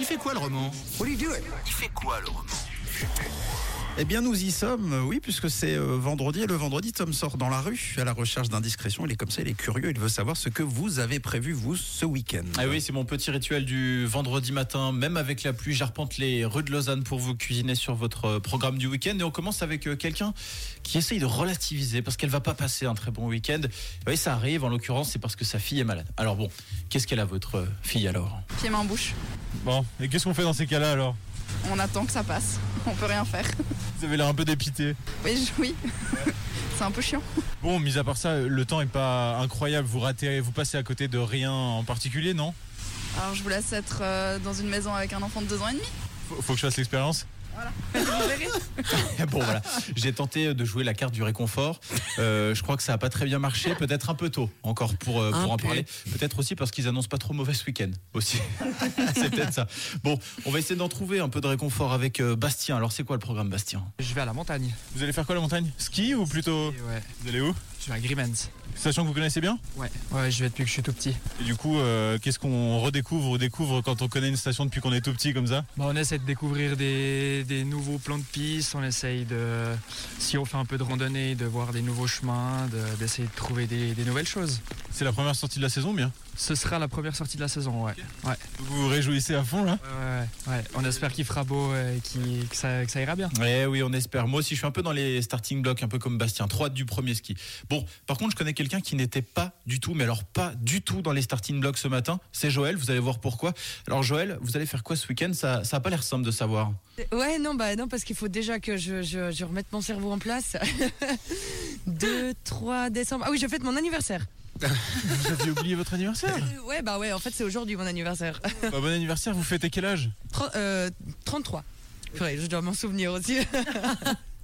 Il fait quoi le roman Il fait quoi le roman Eh bien, nous y sommes, euh, oui, puisque c'est euh, vendredi. Et le vendredi, Tom sort dans la rue à la recherche d'indiscrétion. Il est comme ça, il est curieux. Il veut savoir ce que vous avez prévu, vous, ce week-end. Ah oui, c'est mon petit rituel du vendredi matin. Même avec la pluie, j'arpente les rues de Lausanne pour vous cuisiner sur votre euh, programme du week-end. Et on commence avec euh, quelqu'un qui essaye de relativiser parce qu'elle va pas passer un très bon week-end. Oui, ça arrive. En l'occurrence, c'est parce que sa fille est malade. Alors bon, qu'est-ce qu'elle a votre euh, fille alors pied main bouche. Bon, et qu'est-ce qu'on fait dans ces cas-là alors On attend que ça passe. On peut rien faire. Vous avez l'air un peu dépité. Oui, je- oui. C'est un peu chiant. Bon, mis à part ça, le temps est pas incroyable. Vous ratez, vous passez à côté de rien en particulier, non Alors je vous laisse être euh, dans une maison avec un enfant de deux ans et demi. faut, faut que je fasse l'expérience. Bon voilà, j'ai tenté de jouer la carte du réconfort. Euh, je crois que ça a pas très bien marché. Peut-être un peu tôt encore pour, euh, pour en parler. Peut-être aussi parce qu'ils annoncent pas trop mauvais ce week-end aussi. c'est peut-être ça. Bon, on va essayer d'en trouver un peu de réconfort avec euh, Bastien. Alors c'est quoi le programme Bastien Je vais à la montagne. Vous allez faire quoi la montagne Ski ou Oh. plutôt Et ouais, Vous allez où je vais à Grimens. Sachant que vous connaissez bien. Ouais, ouais, je vais depuis que je suis tout petit. Et du coup, euh, qu'est-ce qu'on redécouvre ou découvre quand on connaît une station depuis qu'on est tout petit comme ça Bah, on essaie de découvrir des, des nouveaux plans de piste. On essaye de, si on fait un peu de randonnée, de voir des nouveaux chemins, de- d'essayer de, trouver des, des nouvelles choses. C'est la première sortie de la saison, bien. Ce sera la première sortie de la saison, ouais. Vous vous réjouissez à fond là Ouais, ouais, ouais. Ouais, On espère qu'il fera beau et qu'il- que, ça, que ça ira bien. Eh oui, on espère. Moi aussi, je suis un peu dans les starting blocks, un peu comme Bastien. 3 du premier ski. Bon, par contre, je connais quelqu'un qui n'était pas du tout, mais alors pas du tout dans les starting blocks ce matin. C'est Joël, vous allez voir pourquoi. Alors Joël, vous allez faire quoi ce week-end Ça n'a pas l'air simple de savoir. Ouais, non, bah non, parce qu'il faut déjà que je, je, je remette mon cerveau en place. 2, 3 décembre. Ah oui, je fête mon anniversaire. Vous aviez oublié votre anniversaire Euh, Ouais, bah ouais, en fait, c'est aujourd'hui mon anniversaire. Bah, Bon anniversaire, vous fêtez quel âge Tren- euh, 33. Purée, je dois m'en souvenir aussi.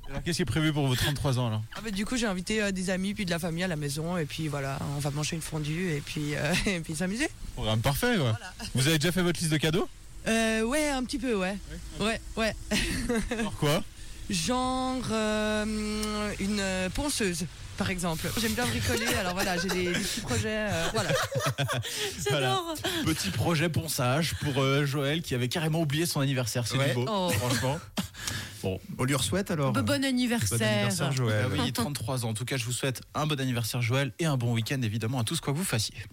Alors qu'est-ce qui est prévu pour vos 33 ans alors Ah bah, du coup, j'ai invité euh, des amis, puis de la famille à la maison, et puis voilà, on va manger une fondue, et puis, euh, et puis s'amuser. Programme parfait quoi. Vous avez déjà fait votre liste de cadeaux Euh, ouais, un petit peu, ouais. Ouais, ouais. Alors quoi Genre euh, une euh, ponceuse, par exemple. J'aime bien bricoler, alors voilà, j'ai des, des petits projets. euh, voilà. J'adore. Petit projet ponçage pour euh, Joël qui avait carrément oublié son anniversaire. C'est Ouais. du beau, Oh. franchement. On lui souhaite alors. Bon, bon anniversaire. Bon anniversaire, Joël. Bah oui, 33 ans. En tout cas, je vous souhaite un bon anniversaire Joël et un bon week-end évidemment à tous quoi que vous fassiez.